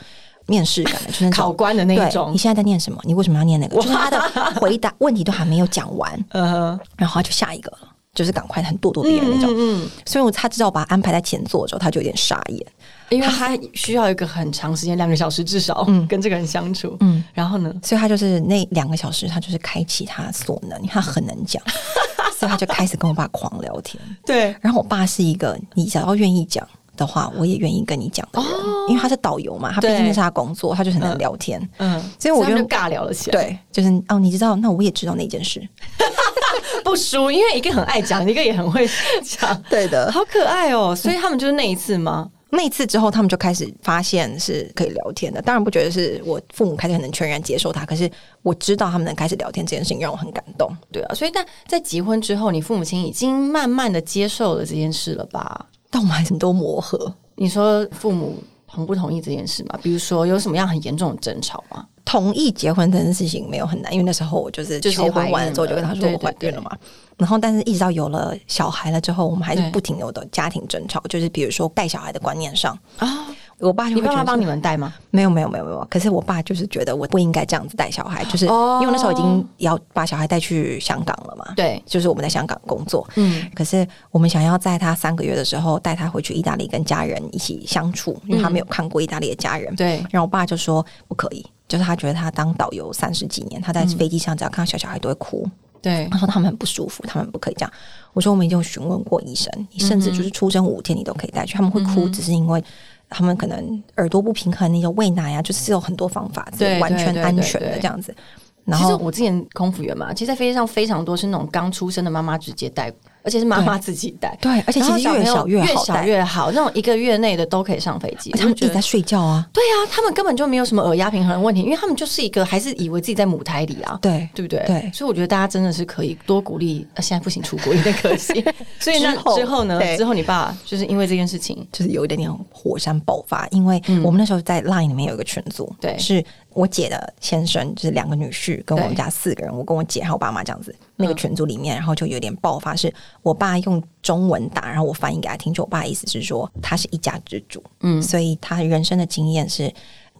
Speaker 3: 面试感的，就是那 种
Speaker 2: 考官的那一
Speaker 3: 对
Speaker 2: 种
Speaker 3: 你现在在念什么？你为什么要念那个？就是他的回答问题都还没有讲完，
Speaker 2: 呃，
Speaker 3: 然后他就下一个了，就是赶快很咄咄逼人那种。
Speaker 2: 嗯，
Speaker 3: 所以我他知道我把他安排在前座之后，他就有点傻眼。
Speaker 2: 因为他需要一个很长时间，两个小时至少，跟这个人相处，嗯，然后呢，
Speaker 3: 所以他就是那两个小时，他就是开启他所能，因为他很能 讲，所以他就开始跟我爸狂聊天。
Speaker 2: 对，
Speaker 3: 然后我爸是一个，你只要愿意讲的话，我也愿意跟你讲的人，因为他是导游嘛，他毕
Speaker 2: 哦对
Speaker 3: 竟是他的工作，他就很能聊天。
Speaker 2: 嗯，
Speaker 3: 所以我
Speaker 2: 他
Speaker 3: 觉
Speaker 2: 们
Speaker 3: 得
Speaker 2: 就尬聊了起来，
Speaker 3: 对，就是哦，你知道，那我也知道那件事。
Speaker 2: 对，不输，因为一个很爱讲，一个也很会讲，
Speaker 3: 对的，
Speaker 2: 好可爱哦，所以他们就是那一次吗？
Speaker 3: 那一次之后，他们就开始发现是可以聊天的。当然不觉得是我父母开始能全然接受他，可是我知道他们能开始聊天这件事情让我很感动。
Speaker 2: 对啊，所以但在结婚之后，你父母亲已经慢慢的接受了这件事了吧？
Speaker 3: 但我们还是很多磨合，
Speaker 2: 你说父母同不同意这件事吗？比如说有什么样很严重的争吵吗？
Speaker 3: 同意结婚这件事情没有很难，因为那时候我就是
Speaker 2: 就是
Speaker 3: 求
Speaker 2: 怀
Speaker 3: 婚
Speaker 2: 孕
Speaker 3: 完了之后
Speaker 2: 了
Speaker 3: 就跟他说
Speaker 2: 对
Speaker 3: 我怀
Speaker 2: 对
Speaker 3: 孕了嘛。然后，但是一直到有了小孩了之后，我们还是
Speaker 2: 对
Speaker 3: 不停地有的家庭争吵，就是比如说带小孩的观念上，
Speaker 2: 啊，
Speaker 3: 我爸就
Speaker 2: 你
Speaker 3: 会觉
Speaker 2: 爸
Speaker 3: 得
Speaker 2: 妈
Speaker 3: 说
Speaker 2: 帮你们带吗？
Speaker 3: 没有没有没有没有，可是我爸就是觉得我不应该这样子带小孩，就是因
Speaker 2: 哦
Speaker 3: 为我那时候已经要把小孩带去香港了嘛，
Speaker 2: 对
Speaker 3: 就是我们在香港工作，
Speaker 2: 嗯，
Speaker 3: 可是我们想要在他三个月的时候带他回去意大利跟家人一起相处，因为他没有看过意大利的家人，
Speaker 2: 嗯对，
Speaker 3: 然后我爸就说不可以，就是他觉得他当导游三十几年，他在飞机上只要看到小小孩都会哭，
Speaker 2: 对
Speaker 3: 他，说他们很不舒服，他们不可以这样。我说我们已经有询问过医生，你甚至就是出生五天你都可以带去，他们会
Speaker 2: 嗯
Speaker 3: 哭，只是因为他们可能耳朵不平衡，那个喂奶啊，就是有很多方法是
Speaker 2: 对
Speaker 3: 完全
Speaker 2: 对对
Speaker 3: 安全
Speaker 2: 对
Speaker 3: 的
Speaker 2: 对
Speaker 3: 这样子。然
Speaker 2: 其实
Speaker 3: 后
Speaker 2: 我之前空服员嘛，其实，在飞机上非常多是那种刚出生的妈妈直接带，而且是妈妈自己带。
Speaker 3: 对，而且
Speaker 2: 然
Speaker 3: 其
Speaker 2: 后小
Speaker 3: 实越
Speaker 2: 朋
Speaker 3: 小
Speaker 2: 友
Speaker 3: 越
Speaker 2: 越
Speaker 3: 好
Speaker 2: 小
Speaker 3: 带，哦
Speaker 2: 越好，那种一个月内的都可以上飞机。
Speaker 3: 他们
Speaker 2: 我
Speaker 3: 一
Speaker 2: 就
Speaker 3: 直
Speaker 2: 觉得
Speaker 3: 在睡觉啊，
Speaker 2: 对啊，他们根本就没有什么耳压平衡的问题，因为他们就是一个还是以为自己在母胎里啊，
Speaker 3: 对
Speaker 2: 对不对？
Speaker 3: 对
Speaker 2: 所以我觉得大家真的是可以多鼓励。呃、现在不行出国有点可 惜，所以那
Speaker 3: 之后
Speaker 2: 之后呢？
Speaker 3: 对
Speaker 2: 之后你爸就是因为这件事情，
Speaker 3: 就是有一点点火山爆发，因为我们那时候在 Line 里面有一个群组，
Speaker 2: 嗯对
Speaker 3: 是我姐的先生，就是两个女婿跟我们家四个人，我跟我姐还有我爸妈这样子，那个群组里面，然后就有点爆发，是我爸用中文打，然后我翻译给他听，就我爸的意思是说他是一家之主，嗯，所以他人生的经验是。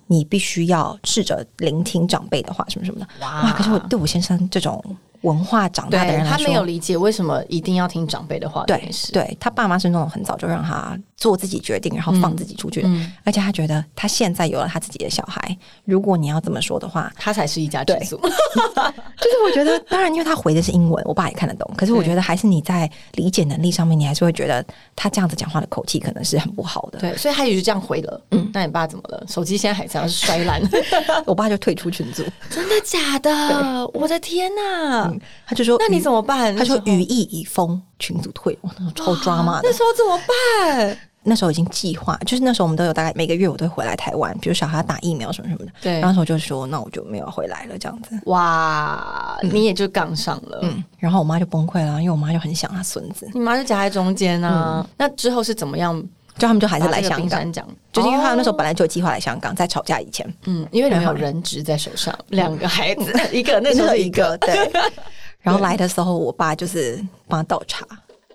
Speaker 3: 你必须要试着聆听长辈的话，什么什么的。
Speaker 2: 哇
Speaker 3: 哇！可是我对我先生这种文化长大的
Speaker 2: 啊对
Speaker 3: 人来
Speaker 2: 他
Speaker 3: 说，
Speaker 2: 没有理解为什么一定要听长辈的话这
Speaker 3: 对
Speaker 2: 件事，，
Speaker 3: 对，他爸妈是那种很早就让他做自己决定，然后放自己出去，
Speaker 2: 嗯
Speaker 3: 而且他觉得他现在有了他自己的小孩，如果你要这么说 的话，
Speaker 2: 他才是一家之主。
Speaker 3: 就是我觉得，当然因为他回的是英文，我爸也看得懂，可是我
Speaker 2: 对
Speaker 3: 觉得还是你在理解能力上面，你还是会觉得他这样子讲话的口气可能是很不好的。
Speaker 2: 对，所以他也就这样回了。嗯，那你爸怎么了？手机现在还这样摔 烂，
Speaker 3: 我爸就退出群组，
Speaker 2: 真的假的？我的天哪、
Speaker 3: 他就说：“
Speaker 2: 那你
Speaker 3: 嗯
Speaker 2: 怎么办？
Speaker 3: 他说
Speaker 2: 那时候
Speaker 3: 语义已封，群组退。”我那时候超抓马的
Speaker 2: 那。时候怎么办？
Speaker 3: 那时候已经计划，就是那时候我们都有大概每个月我都会回来台湾，比如小孩打疫苗什么什么的。
Speaker 2: 对
Speaker 3: 然后那时候就说：“那我就没有回来了。”这样子。
Speaker 2: 哇，你也就杠上了。
Speaker 3: 嗯，然后我妈就崩溃了，因为我妈就很想她孙子，
Speaker 2: 你妈就夹在中间啊。那之后是怎么样？
Speaker 3: 就他们就还
Speaker 2: 还
Speaker 3: 是来香
Speaker 2: 啊冰
Speaker 3: 港，
Speaker 2: 山讲，
Speaker 3: 就是因为他们那时候
Speaker 2: 哦
Speaker 3: 本来就有计划来香港，在吵架以前，
Speaker 2: 嗯，因为你们有人质在手上，两个孩子， 一个那时
Speaker 3: 那
Speaker 2: 候
Speaker 3: 有
Speaker 2: 是
Speaker 3: 一个 对。然后来的时候，我爸就是帮他倒茶，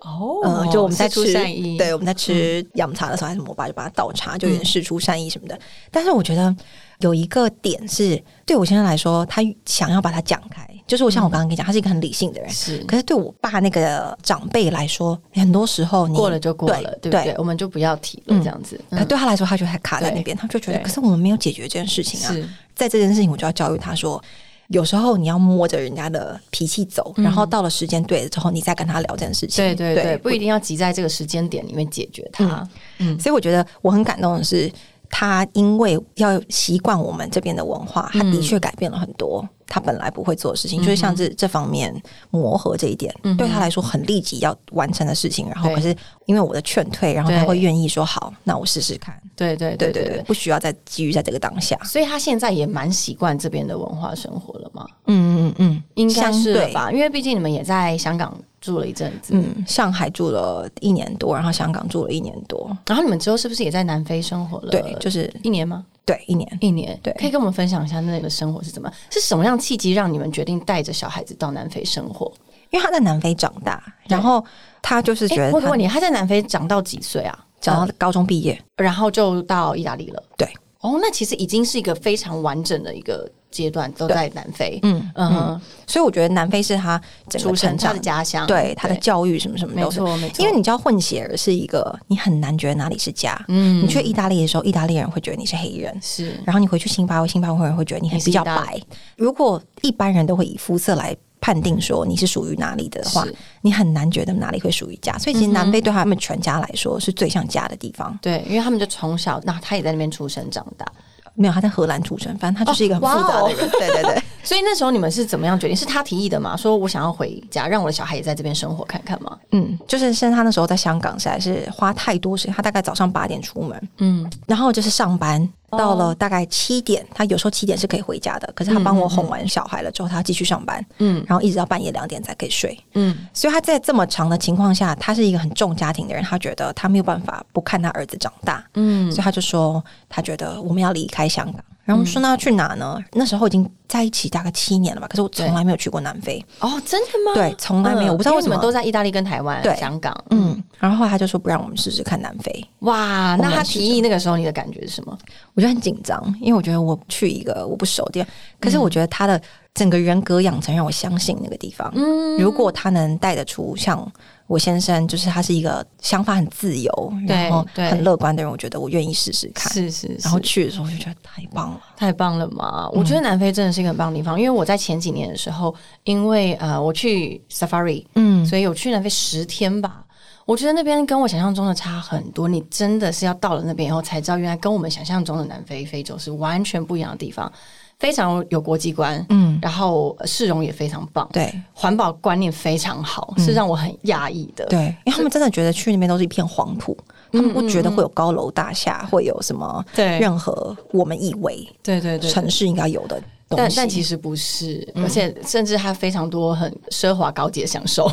Speaker 2: 哦
Speaker 3: 嗯、就我们在
Speaker 2: 出
Speaker 3: 吃，
Speaker 2: 善意，嗯
Speaker 3: 对，我们在吃洋茶的时候，还是什么，我爸就帮他倒茶，就有点事出善意什么的。但是我觉得有一个点是，对我先生来说，他想要把它讲开，就是我像我刚刚跟你讲，他是一个很理性的人，
Speaker 2: 是
Speaker 3: 可是对我爸那个长辈来说，很多时候你
Speaker 2: 过了就过了，对
Speaker 3: 对
Speaker 2: 不对？我们就不要提了，这样子。
Speaker 3: 可
Speaker 2: 嗯
Speaker 3: 对他来说，他就还卡在那
Speaker 2: 对
Speaker 3: 边，他就觉得，
Speaker 2: 对
Speaker 3: 可是我们没有解决这件事情啊
Speaker 2: 是。
Speaker 3: 在这件事情，我就要教育他说，有时候你要摸着人家的脾气走，然后到了时间对了之后，你再跟他聊这件事情。
Speaker 2: 嗯对对对，不
Speaker 3: 我嗯
Speaker 2: 一定要急在这个时间点里面解决它。嗯
Speaker 3: 所以我觉得我很感动的是，他因为要习惯我们这边的文化，
Speaker 2: 嗯
Speaker 3: 他的确改变了很多。他本来不会做的事情，就是像这这方面磨合这一点，对他来说很立即要完成的事情。然后
Speaker 2: 嗯对
Speaker 3: 可是因为我的劝退，然后他
Speaker 2: 对
Speaker 3: 会愿意说好，那我试试看。
Speaker 2: 对对对
Speaker 3: 对
Speaker 2: 对
Speaker 3: 对对，
Speaker 2: 对。
Speaker 3: 不需要再基于在这个当下。
Speaker 2: 所以他现在也蛮习惯这边的文化生活了嘛，
Speaker 3: 嗯嗯嗯，
Speaker 2: 应该是了
Speaker 3: 相对
Speaker 2: 吧？因为毕竟你们也在香港住了一阵子，
Speaker 3: 嗯，上海住了一年多，然后香港住了一年多，
Speaker 2: 然后你们之后是不是也在南非生活了？
Speaker 3: 对，就是
Speaker 2: 一年吗？
Speaker 3: 对一年。
Speaker 2: 一年，
Speaker 3: 对
Speaker 2: 可以跟我们分享一下那个生活是怎么样？是什么样契机让你们决定带着小孩子到南非生活？
Speaker 3: 因为他在南非长大，然后他就是觉
Speaker 2: 诶我
Speaker 3: 得
Speaker 2: 有个
Speaker 3: 他
Speaker 2: 问你，他在南非长到几岁啊？
Speaker 3: 长到高中毕业，
Speaker 2: 然后就到意大利了。
Speaker 3: 对，
Speaker 2: 哦，那其实已经是一个非常完整的一个阶段，都在南非。
Speaker 3: 嗯，
Speaker 2: 嗯哼，
Speaker 3: 所以我觉得南非是他整个
Speaker 2: 出生
Speaker 3: 成
Speaker 2: 他
Speaker 3: 长
Speaker 2: 的家乡，
Speaker 3: 对他的教育什么什么
Speaker 2: 没
Speaker 3: 都是。
Speaker 2: 错没错，
Speaker 3: 因为你知道混血儿是一个你很难觉得哪里是家。
Speaker 2: 嗯
Speaker 3: 你去意大利的时候，意大利人会觉得你是黑人，
Speaker 2: 是
Speaker 3: 然后你回去新巴威，新巴威人会觉得你很
Speaker 2: 你是
Speaker 3: 比较
Speaker 2: 意大
Speaker 3: 白。如果一般人都会以肤色来判定说你是属于哪里的话
Speaker 2: 是，嗯
Speaker 3: 你很难觉得哪里会属于家。所以其实南非对他们全家来说是最像家的地方。
Speaker 2: 对，因为他们就从小，那他也在那边出生长大，
Speaker 3: 没有他在荷兰出生，反正他就是一个很复
Speaker 2: 哦
Speaker 3: 杂的人。对对对，
Speaker 2: 所以那时候你们是怎么样决定？是他提议的吗？说我想要回家，让我的小孩也在这边生活看看吗？
Speaker 3: 嗯，就是甚至他那时候在香港实在是花太多时间，他大概早上八点出门，
Speaker 2: 嗯，
Speaker 3: 然后就是上班。
Speaker 2: 哦
Speaker 3: 到了大概七点，他有时候七点是可以回家的，可是他帮我哄完小孩了之后，他要继续上班，
Speaker 2: 嗯
Speaker 3: 嗯，然后一直到半夜两点才可以睡，
Speaker 2: 嗯，
Speaker 3: 所以他在这么长的情况下，他是一个很重家庭的人，他觉得他没有办法不看他儿子长大，
Speaker 2: 嗯
Speaker 3: 嗯，所以他就说他觉得我们要离开香港，然后我们说那要去哪呢？那时候已经在一起大概七年了吧，可是我从来没有去过南非。
Speaker 2: 哦，真的吗？
Speaker 3: 对从来没
Speaker 2: 嗯
Speaker 3: 有我不知道
Speaker 2: 因
Speaker 3: 为什么
Speaker 2: 你们都在意大利跟台湾、
Speaker 3: 对
Speaker 2: 香港。
Speaker 3: 嗯，然后后来他就说不让我们试试看南非，
Speaker 2: 哇，
Speaker 3: 我
Speaker 2: 那
Speaker 3: 们
Speaker 2: 他
Speaker 3: 是
Speaker 2: 提议那个时候你的感觉是什么？
Speaker 3: 我就很紧张，因为我觉得我去一个我不熟的地方，可是我觉得他的整个人格养成让我相信那个地方。
Speaker 2: 嗯，
Speaker 3: 如果他能带得出像我先生，就是他是一个想法很自由，
Speaker 2: 对
Speaker 3: 然后
Speaker 2: 对
Speaker 3: 很乐观的人，我觉得我愿意试试看。
Speaker 2: 是是是，
Speaker 3: 然后去的时候我就觉得嗯太棒了，
Speaker 2: 太棒了嘛！我觉得南非真的是一个很棒的地方，因为我在前几年的时候，因为呃我去 safari，
Speaker 3: 嗯，
Speaker 2: 所以有去南非十天吧。我觉得那边跟我想象中的差很多，你真的是要到了那边以后才知道，原来跟我们想象中的南非、非洲是完全不一样的地方，非常有国际观，
Speaker 3: 嗯，
Speaker 2: 然后呃市容也非常棒，
Speaker 3: 对
Speaker 2: 环保观念非常好，是让我很讶异的。
Speaker 3: 嗯对，因为他们真的觉得去那边都是一片黄土，
Speaker 2: 嗯
Speaker 3: 他们不觉得会有高楼大厦，会有什么
Speaker 2: 对
Speaker 3: 任何我们以为
Speaker 2: 对对对
Speaker 3: 城市应该有的东西。
Speaker 2: 但但其实不是，
Speaker 3: 嗯
Speaker 2: 而且甚至还非常多很奢华高级的享受，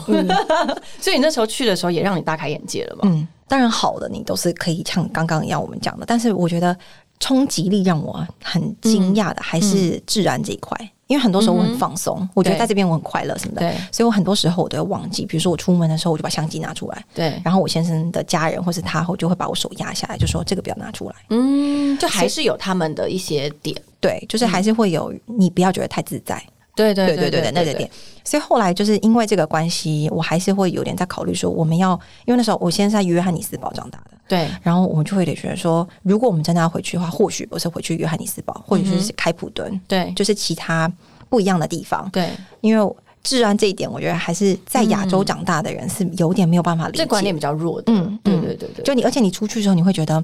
Speaker 2: 所以你那时候去的时候也让你大开眼界了嘛。
Speaker 3: 嗯，当然好的你都是可以像刚刚一样我们讲的，但是我觉得冲击力让我很惊讶的、还是自然这一块，因为很多时候我很放松，我觉得
Speaker 2: 对
Speaker 3: 在这边我很快乐什么的
Speaker 2: 对，
Speaker 3: 所以我很多时候我都会忘记，比如说我出门的时候我就把相机拿出来，
Speaker 2: 对，
Speaker 3: 然后我先生的家人或是他就会把我手压下来，就说这个不要拿出来。
Speaker 2: 嗯，就还是有他们的一些点。
Speaker 3: 对，就是还是会有、你不要觉得太自在，
Speaker 2: 对对
Speaker 3: 嗯对对对对那个点。所以后来就是因为这个关系，我还是会有点在考虑说我们要，因为那时候我先生在约翰尼斯堡长大的。
Speaker 2: 对
Speaker 3: 然后我们就会得觉得说，如果我们真的要回去的话，或许不是回去约翰尼斯堡，或
Speaker 2: 嗯
Speaker 3: 许就是开普敦，
Speaker 2: 对
Speaker 3: 就是其他不一样的地方。
Speaker 2: 对，
Speaker 3: 因为治安这一点，我觉得还是在亚洲长大的人是有点没有办法理解。
Speaker 2: 这观念比较弱的。
Speaker 3: 嗯
Speaker 2: 对
Speaker 3: 嗯
Speaker 2: 对对对，
Speaker 3: 就你，而且你出去之后，你会觉得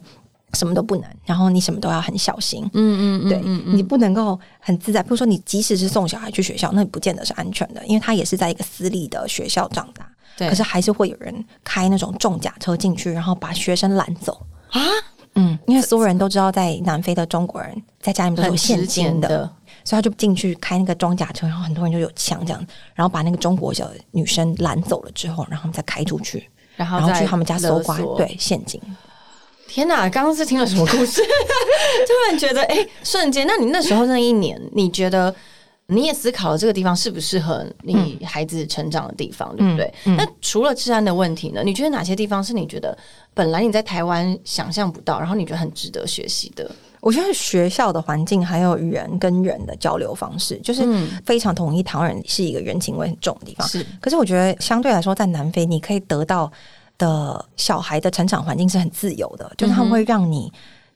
Speaker 3: 什么都不能，然后你什么都要很小心。
Speaker 2: 嗯嗯
Speaker 3: 对，你不能够很自在。比如说，你即使是送小孩去学校，那不见得是安全的，因为他也是在一个私立的学校长大。
Speaker 2: 对
Speaker 3: 可是还是会有人开那种重甲车进去，然后把学生拦走。
Speaker 2: 啊，
Speaker 3: 嗯，因为所有人都知道，在南非的中国人在家里面都是有
Speaker 2: 很
Speaker 3: 现
Speaker 2: 直
Speaker 3: 金
Speaker 2: 接
Speaker 3: 的，
Speaker 2: 的，
Speaker 3: 所以他就进去开那个装甲车，然后很多人就有枪这样，然后把那个中国小女生拦走了之后，然后他们再开出去，
Speaker 2: 然后
Speaker 3: 然后
Speaker 2: 再
Speaker 3: 去他们家搜
Speaker 2: 勒
Speaker 3: 刮
Speaker 2: 索。
Speaker 3: 对现金。
Speaker 2: 天哪，刚刚是听了什么故 事？突然觉得，哎、瞬间，那你那时候那一年，你觉得你也思考了这个地方适不适合
Speaker 3: 嗯
Speaker 2: 你孩子成长的地方，对不对？那除了治安的问题呢？你觉得哪些地方是你觉得本来你在台湾想象不到，然后你觉得很值得学习的？
Speaker 3: 我觉得学校的环境还有人跟人的交流方式，就是
Speaker 2: 嗯
Speaker 3: 非常同意台湾人是一个人情味很重的地方。
Speaker 2: 是
Speaker 3: 可是我觉得相对来说，在南非你可以得到的小孩的成长环境是很自由的，就是他们会让你。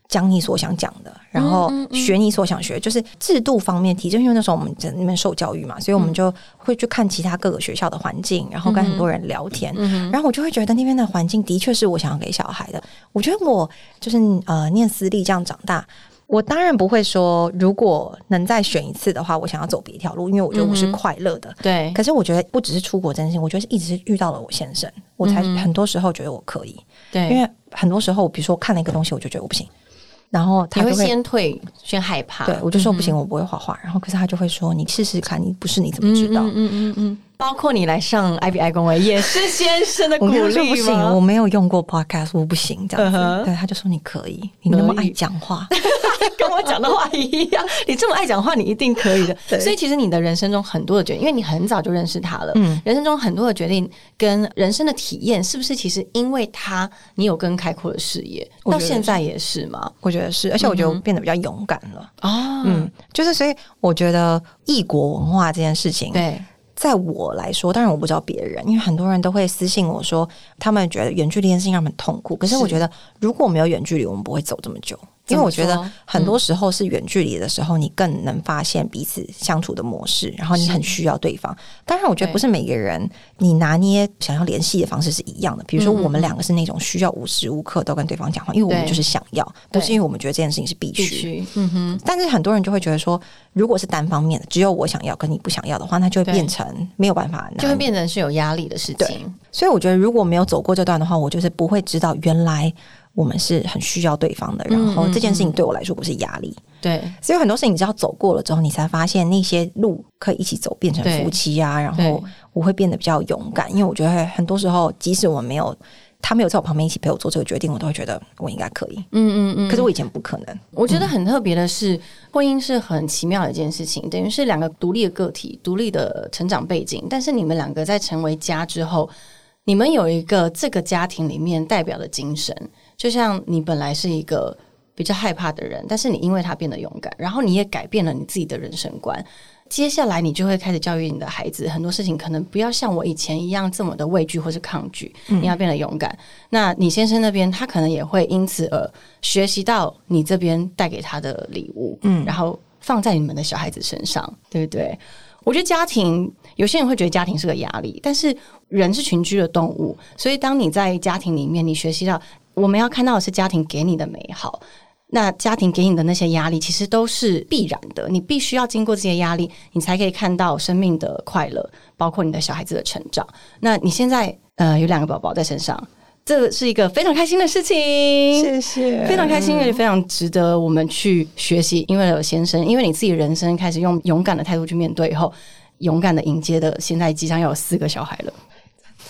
Speaker 3: 讲你所想讲的，然后学你所想学，就是制度方面提升。因为那时候我们在那边受教育嘛，所以我们就会去看其他各个学校的环境，然后跟很多人聊天。然后我就会觉得那边的环境的确是我想要给小孩的。我觉得我就是呃念私立这样长大，我当然不会说如果能再选一次的话，我想要走别条路，因为我觉得我是快乐的。
Speaker 2: 对，
Speaker 3: 可是我觉得不只是出国真心，我觉得是一直是遇到了我先生，我才很多时候觉得我可以，因
Speaker 2: 对，
Speaker 3: 为很多时候，比如说我看了一个东西，我就觉得我不行，然后
Speaker 2: 你
Speaker 3: 他
Speaker 2: 会
Speaker 3: 就会啊嗯
Speaker 2: 先退，先害怕，
Speaker 3: 对我就说不行，我不会画画，然后可是他就会说你试试看，你不是你怎么知道？
Speaker 2: 嗯嗯嗯，包括你来上 IBI 工会也是先生的鼓
Speaker 3: 我跟他说
Speaker 2: 励
Speaker 3: 不行，
Speaker 2: 吗
Speaker 3: 我没有用过 podcast，我不行这样子。
Speaker 2: 嗯哼
Speaker 3: 对，他就说你可以，你那么
Speaker 2: 可以
Speaker 3: 爱讲话，
Speaker 2: 跟我讲的话一样，你这么爱讲话，你一定可以的。
Speaker 3: 对
Speaker 2: 所以其实你的人生中很多的决定，因为你很早就认识他了，
Speaker 3: 嗯
Speaker 2: 人生中很多的决定跟人生的体验，是不是其实因为他，你有更开阔的视野，
Speaker 3: 我觉
Speaker 2: 到
Speaker 3: 得
Speaker 2: 现在也是吗？
Speaker 3: 我觉得是，而且我觉得我变得比较勇敢了。
Speaker 2: 啊，
Speaker 3: 嗯，就是所以我觉得异国文化这件事情，
Speaker 2: 对，
Speaker 3: 在我来说，当然我不知道别人，因为很多人都会私信我说，他们觉得远距离这件事情让他们很痛苦。可是
Speaker 2: 是
Speaker 3: 我觉得，如果没有远距离，我们不会走这么久。因为我觉
Speaker 2: 嗯怎么
Speaker 3: 得
Speaker 2: 说
Speaker 3: 很多时候是远距离的时候，你更能发现彼此相处的模式，然后你很需要对方。当然，我觉得
Speaker 2: 对
Speaker 3: 不是每个人你拿捏想要联系的方式是一样的。比如说，我们两个是那种需要无时无刻都跟对方讲话，因为我们
Speaker 2: 对
Speaker 3: 就是想要，不是
Speaker 2: 对
Speaker 3: 因为我们觉得这件事情是必
Speaker 2: 必
Speaker 3: 须。
Speaker 2: 须，嗯哼，
Speaker 3: 但是很多人就会觉得说，如果是单方面的，只有我想要跟你不想要的话，那就会
Speaker 2: 对
Speaker 3: 变成没有办法拿
Speaker 2: 就会变成是有压力的事情，
Speaker 3: 所以我觉得，如果没有走过这段的话，我就是不会知道原来我们是很需要对方的。然
Speaker 2: 嗯
Speaker 3: 后这件事情对我来说不是压力，
Speaker 2: 对
Speaker 3: 所以很多事情你只要走过了之后，你才发现那些路可以一起走，变成
Speaker 2: 对
Speaker 3: 夫妻啊。然
Speaker 2: 对
Speaker 3: 后我会变得比较勇敢，因为我觉得很多时候，即使我没有他没有在我旁边一起陪我做这个决定，我都会觉得我应该可以。
Speaker 2: 嗯嗯嗯。
Speaker 3: 可是我以前不可能，
Speaker 2: 我觉得很特别的是，婚姻是很奇妙的一件事情，等于是两个独立的个体、独立的成长背景，但是你们两个在成为家之后，你们有一个这个家庭里面代表的精神，就像你本来是一个比较害怕的人，但是你因为他变得勇敢，然后你也改变了你自己的人生观。接下来你就会开始教育你的孩子，很多事情可能不要像我以前一样这么的畏惧或是抗拒，你要变得勇敢。那你先生那边，他可能也会因此而学习到你这边带给他的礼物，嗯，然后放在你们的小孩子身上，对不对？我觉得家庭，有些人会觉得家庭是个压力，但是人是群居的动物，所以当你在家庭里面，你学习到我们要看到的是家庭给你的美好。那家庭给你的那些压力，其实都是必然的，你必须要经过这些压力，你才可以看到生命的快乐，包括你的小孩子的成长。那你现在呃有两个宝宝在身上，这是一个非常开心的事情，
Speaker 3: 谢
Speaker 2: 非常开心，也非常值得我们去学习。因为有先生，因为你自己人生开始用勇敢的态度去面对以后，勇敢的迎接的，现在即将要有四个小孩了，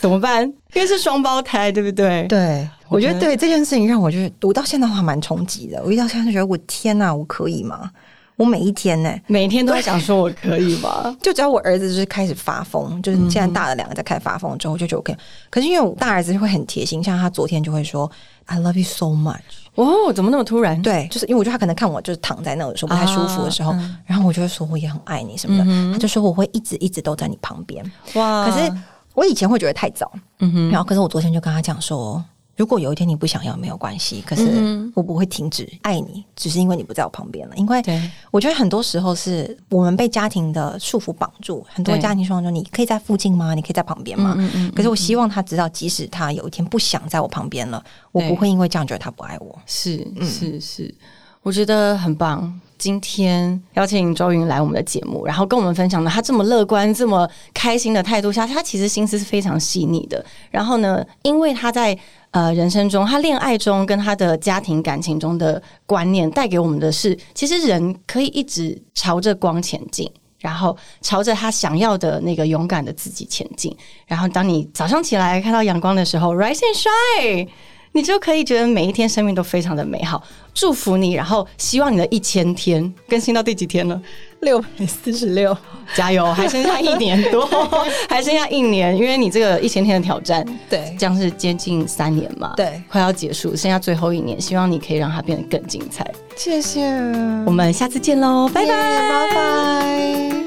Speaker 2: 怎么办？因为是双胞胎，对不对？
Speaker 3: 对，我觉
Speaker 2: 我觉得
Speaker 3: 得对这件事情让我就是，我到现在还蛮冲击的。我一到现在就觉得，我天哪，我可以吗？我每一天呢、
Speaker 2: 每天都在想说我可以吗？
Speaker 3: 就只要我儿子就是开始发疯，就是现在大的两个在开始发疯之后，我就觉得我可以。可是因为我大儿子会很贴心，像他昨天就会说 “I love you so much”，
Speaker 2: 哦，怎么那么突然？
Speaker 3: 对，就是因为我觉得他可能看我就是躺在那种时候不太舒服的时候，然后我就会说我也很爱你什么的，他就说我会一直一直都在你旁边。
Speaker 2: 哇
Speaker 3: 可是我以前会觉得太早，
Speaker 2: 嗯哼，
Speaker 3: 然后可是我昨天就跟他讲说，如果有一天你不想要没有关系，可是
Speaker 2: 嗯
Speaker 3: 我不会停止爱你，只是因为你不在我旁边了。因为
Speaker 2: 对
Speaker 3: 我觉得很多时候是我们被家庭的束缚绑住，很多
Speaker 2: 对
Speaker 3: 家庭说说你可以在附近吗？你可以在旁边吗？
Speaker 2: 嗯嗯
Speaker 3: 可是我希望他知道，即使他有一天不想在我旁边了，我
Speaker 2: 对
Speaker 3: 不会因为这样觉得他不爱我。
Speaker 2: 是是是，嗯我觉得很棒。今天邀请周云来我们的节目，然后跟我们分享了他这么乐观、这么开心的态度下，他其实心思是非常细腻的。然后呢，因为他在呃人生中、他恋爱中跟他的家庭感情中的观念，带给我们的是，其实人可以一直朝着光前进。然后朝着他想要的那个勇敢的自己前进。然后，当你早上起来看到阳光的时候，rise and shine，你就可以觉得每一天生命都非常的美好。祝福你，然后希望你的一千天更新到第几天了？
Speaker 3: 六百四十六，
Speaker 2: 加油，还剩下一年 多，还剩下一年，因为你这个一千天的挑战，
Speaker 3: 对
Speaker 2: 将是接近三年嘛，
Speaker 3: 对
Speaker 2: 快要结束，剩下最后一年，希望你可以让它变得更精彩。
Speaker 3: 谢谢，
Speaker 2: 我们下次见喽，拜
Speaker 3: 拜拜，
Speaker 2: 拜。
Speaker 3: 拜拜。